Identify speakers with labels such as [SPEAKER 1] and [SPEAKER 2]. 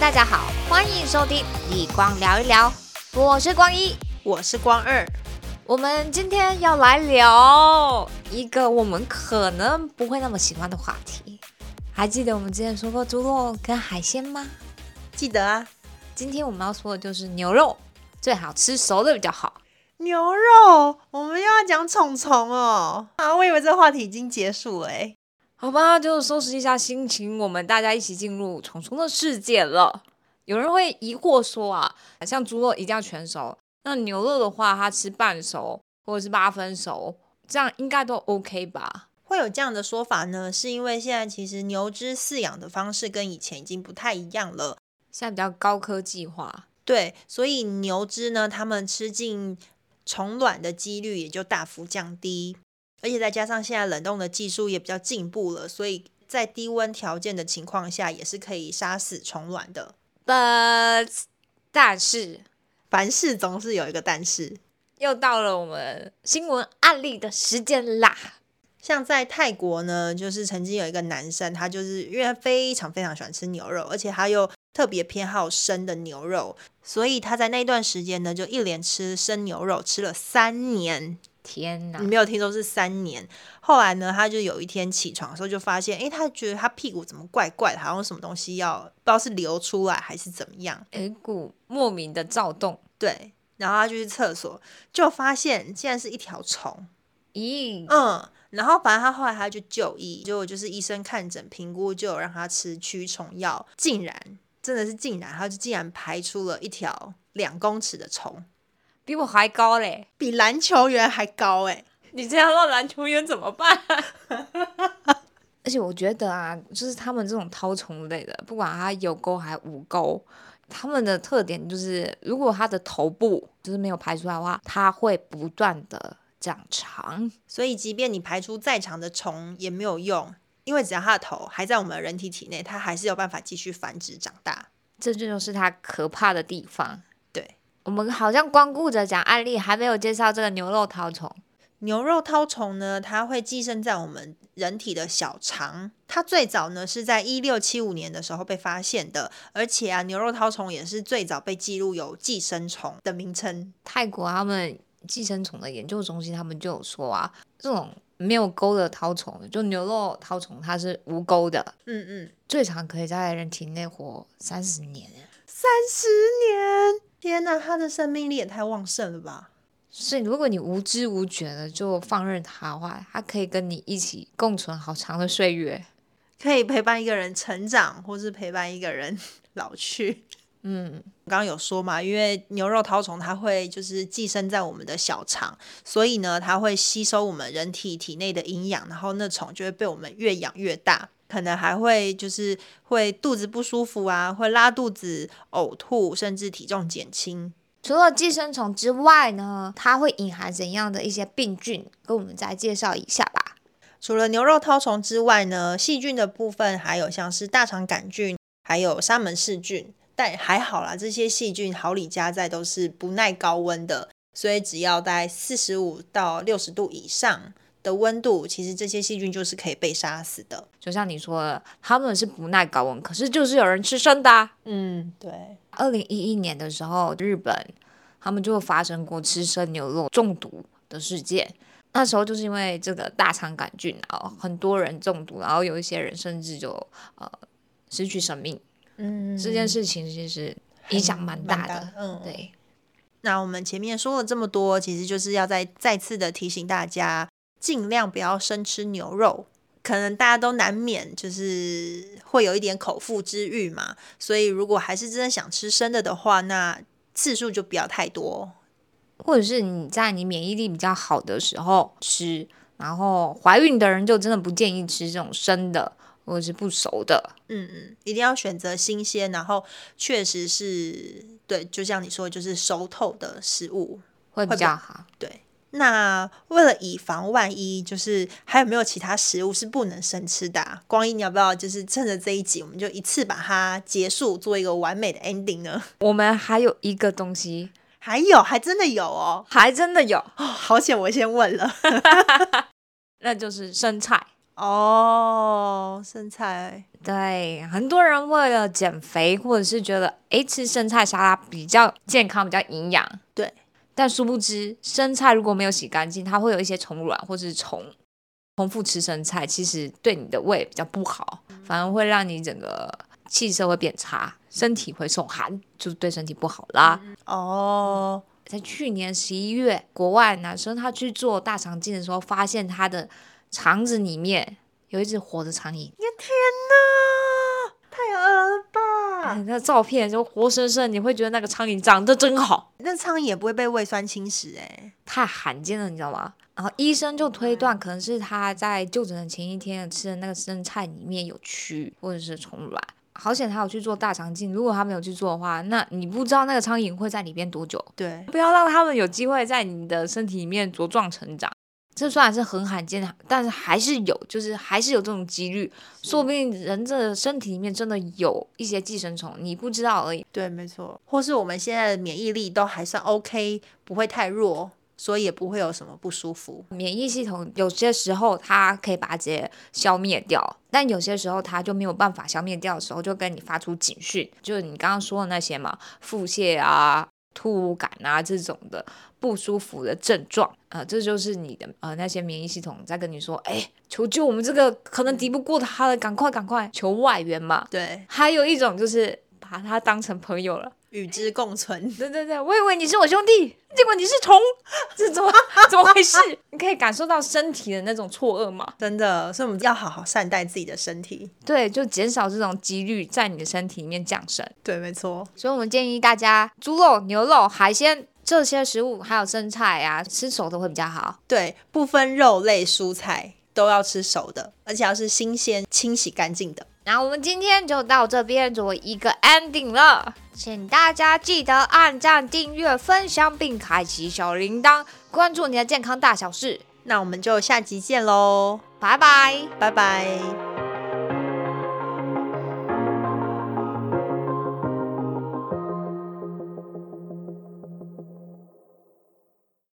[SPEAKER 1] 大家好，欢迎收听李光聊一聊，我是光一。
[SPEAKER 2] 我是光二，
[SPEAKER 1] 我们今天要来聊一个我们可能不会那么喜欢的话题。还记得我们之前说过猪肉跟海鲜吗？
[SPEAKER 2] 记得啊，
[SPEAKER 1] 今天我们要说的就是牛肉，最好吃熟的比较好。
[SPEAKER 2] 牛肉，我们又要讲虫虫哦。啊，我以为这话题已经结束了欸诶。
[SPEAKER 1] 好吧，就收拾一下心情，我们大家一起进入虫虫的世界了。有人会疑惑说啊，像猪肉一定要全熟，那牛肉的话，它吃半熟或者是八分熟，这样应该都 OK 吧？
[SPEAKER 2] 会有这样的说法呢，是因为现在其实牛只饲养的方式跟以前已经不太一样了。
[SPEAKER 1] 现在比较高科技化，
[SPEAKER 2] 对，所以牛只呢，它们吃进虫卵的几率也就大幅降低，而且再加上现在冷冻的技术也比较进步了，所以在低温条件的情况下，也是可以杀死虫卵的。
[SPEAKER 1] but 但是
[SPEAKER 2] 凡事总是有一个但是，
[SPEAKER 1] 又到了我们新闻案例的时间啦。
[SPEAKER 2] 像在泰国呢，就是曾经有一个男生，他就是因为他非常非常喜欢吃牛肉，而且他又特别偏好生的牛肉，所以他在那段时间呢，就一连吃生牛肉吃了三年。
[SPEAKER 1] 天哪
[SPEAKER 2] 你！没有听说是三年。后来呢，他就有一天起床的时候就发现，诶，他觉得他屁股怎么怪怪的，好像什么东西要不知道是流出来还是怎么样。
[SPEAKER 1] 有一股莫名的躁动，
[SPEAKER 2] 对，然后他就去厕所，就发现竟然是一条虫。
[SPEAKER 1] 咦，
[SPEAKER 2] 嗯，然后反正他后来他就就医，结果就是医生看诊评估，就有让他吃驱虫药，竟然真的是竟然，他就竟然排出了一条两公尺的虫，
[SPEAKER 1] 比我还高嘞！
[SPEAKER 2] 比篮球员还高哎、
[SPEAKER 1] 你这样让篮球员怎么办？ 而且我觉得啊，就是他们这种绦虫类的，不管它有钩还无钩，他们的特点就是，如果它的头部就是没有排出来的话，它会不断的长长。
[SPEAKER 2] 所以即便你排出再长的虫也没有用，因为只要它的头还在我们人体体内，它还是有办法继续繁殖长大。
[SPEAKER 1] 这就是它可怕的地方。
[SPEAKER 2] 对，
[SPEAKER 1] 我们好像光顾着讲案例，还没有介绍这个牛肉绦虫。
[SPEAKER 2] 牛肉绦虫呢，它会寄生在我们人体的小肠。它最早呢是在一六七五年的时候被发现的，而且啊，牛肉绦虫也是最早被记录有寄生虫的名称。
[SPEAKER 1] 泰国他们寄生虫的研究中心，他们就有说啊，这种没有钩的绦虫，就牛肉绦虫，它是无钩的，
[SPEAKER 2] 嗯嗯，
[SPEAKER 1] 最长可以在人体内活三十年。
[SPEAKER 2] 三十年，天哪，它的生命力也太旺盛了吧！
[SPEAKER 1] 所以，如果你无知无觉的就放任它的话，它可以跟你一起共存好长的岁月。
[SPEAKER 2] 可以陪伴一个人成长，或是陪伴一个人 老去。
[SPEAKER 1] 嗯，
[SPEAKER 2] 刚刚有说嘛，因为牛肉绦虫它会就是寄生在我们的小肠，所以呢，它会吸收我们人体体内的营养，然后那虫就会被我们越养越大，可能还会就是会肚子不舒服啊，会拉肚子、呕吐，甚至体重减轻。
[SPEAKER 1] 除了寄生虫之外呢，它会隐含怎样的一些病菌？跟我们再介绍一下吧。
[SPEAKER 2] 除了牛肉绦虫之外呢，细菌的部分还有像是大肠杆菌，还有沙门氏菌。但还好啦，这些细菌好里加在都是不耐高温的，所以只要在四十五到六十度以上的温度，其实这些细菌就是可以被杀死的。
[SPEAKER 1] 就像你说的，他们是不耐高温，可是就是有人吃生的、啊。
[SPEAKER 2] 嗯，对，
[SPEAKER 1] 二零一一年的时候，日本他们就发生过吃生牛肉中毒的事件。那时候就是因为这个大肠杆菌啊，然后很多人中毒，然后有一些人甚至就呃失去生命。
[SPEAKER 2] 嗯，
[SPEAKER 1] 这件事情其实影响蛮大的。
[SPEAKER 2] 嗯，。
[SPEAKER 1] 对，
[SPEAKER 2] 那我们前面说了这么多，其实就是要再再次的提醒大家，尽量不要生吃牛肉。可能大家都难免就是会有一点口腹之欲嘛，所以如果还是真的想吃生的的话，那次数就不要太多。
[SPEAKER 1] 或者是你在你免疫力比较好的时候吃，然后怀孕的人就真的不建议吃这种生的或者是不熟的。
[SPEAKER 2] 嗯嗯，一定要选择新鲜，然后确实是对，就像你说的，就是熟透的食物。
[SPEAKER 1] 会比
[SPEAKER 2] 会比
[SPEAKER 1] 较好，
[SPEAKER 2] 对，那为了以防万一，就是还有没有其他食物是不能生吃的、啊？光一，你要不要就是趁着这一集，我们就一次把它结束，做一个完美的 ending 呢？
[SPEAKER 1] 我们还有一个东西，
[SPEAKER 2] 还有，还真的有哦，
[SPEAKER 1] 还真的有，
[SPEAKER 2] 哦好险我先问了。
[SPEAKER 1] 那就是生菜。
[SPEAKER 2] 哦，生菜
[SPEAKER 1] 对，很多人为了减肥，或者是觉得诶吃生菜沙拉比较健康、比较营养，
[SPEAKER 2] 对。
[SPEAKER 1] 但殊不知，生菜如果没有洗干净，它会有一些虫卵或是虫。重复吃生菜其实对你的胃比较不好，反而会让你整个气色会变差，身体会受寒，就是对身体不好啦。
[SPEAKER 2] 嗯哦，
[SPEAKER 1] 在去年十一月，国外男生他去做大肠镜的时候，发现他的肠子里面有一只活的苍蝇。
[SPEAKER 2] 天哪，太恶了吧！
[SPEAKER 1] 哎那照片就活生生，你会觉得那个苍蝇长得真好，
[SPEAKER 2] 那苍蝇也不会被胃酸侵蚀哎、
[SPEAKER 1] 太罕见了，你知道吗？然后医生就推断，可能是他在就诊的前一天吃的那个生菜里面有蛆或者是虫卵。好险他有去做大肠镜，如果他没有去做的话，那你不知道那个苍蝇会在里面多久。
[SPEAKER 2] 对，
[SPEAKER 1] 不要让他们有机会在你的身体里面茁壮成长。这虽然是很罕见，但是还是有，就是还是有这种几率，说不定人这身体里面真的有一些寄生虫，你不知道而已。
[SPEAKER 2] 对，没错。或是我们现在的免疫力都还算 OK，不会太弱，所以也不会有什么不舒服。
[SPEAKER 1] 免疫系统有些时候它可以把它直接消灭掉，但有些时候它就没有办法消灭掉的时候，就跟你发出警讯，就是你刚刚说的那些嘛，腹泻啊、突感啊这种的不舒服的症状啊、呃这就是你的呃那些免疫系统在跟你说，哎，求救，我们这个可能敌不过他了，赶快赶快求外援嘛。
[SPEAKER 2] 对，
[SPEAKER 1] 还有一种就是把他当成朋友了，
[SPEAKER 2] 与之共存。
[SPEAKER 1] 对对对，我以为你是我兄弟，结果你是虫， 这怎么怎么回事？你可以感受到身体的那种错愕嘛？
[SPEAKER 2] 真的，所以我们要好好善待自己的身体。
[SPEAKER 1] 对，就减少这种几率在你的身体里面降生。
[SPEAKER 2] 对，没错。
[SPEAKER 1] 所以我们建议大家，猪肉、牛肉、海鲜这些食物，还有生菜啊，吃熟的会比较好。
[SPEAKER 2] 对，不分肉类、蔬菜都要吃熟的，而且要是新鲜、清洗干净的。
[SPEAKER 1] 那我们今天就到这边做一个 ending 了，请大家记得按赞、订阅、分享，并开启小铃铛，关注你的健康大小事。
[SPEAKER 2] 那我们就下集见喽，
[SPEAKER 1] 拜拜。
[SPEAKER 2] 拜拜。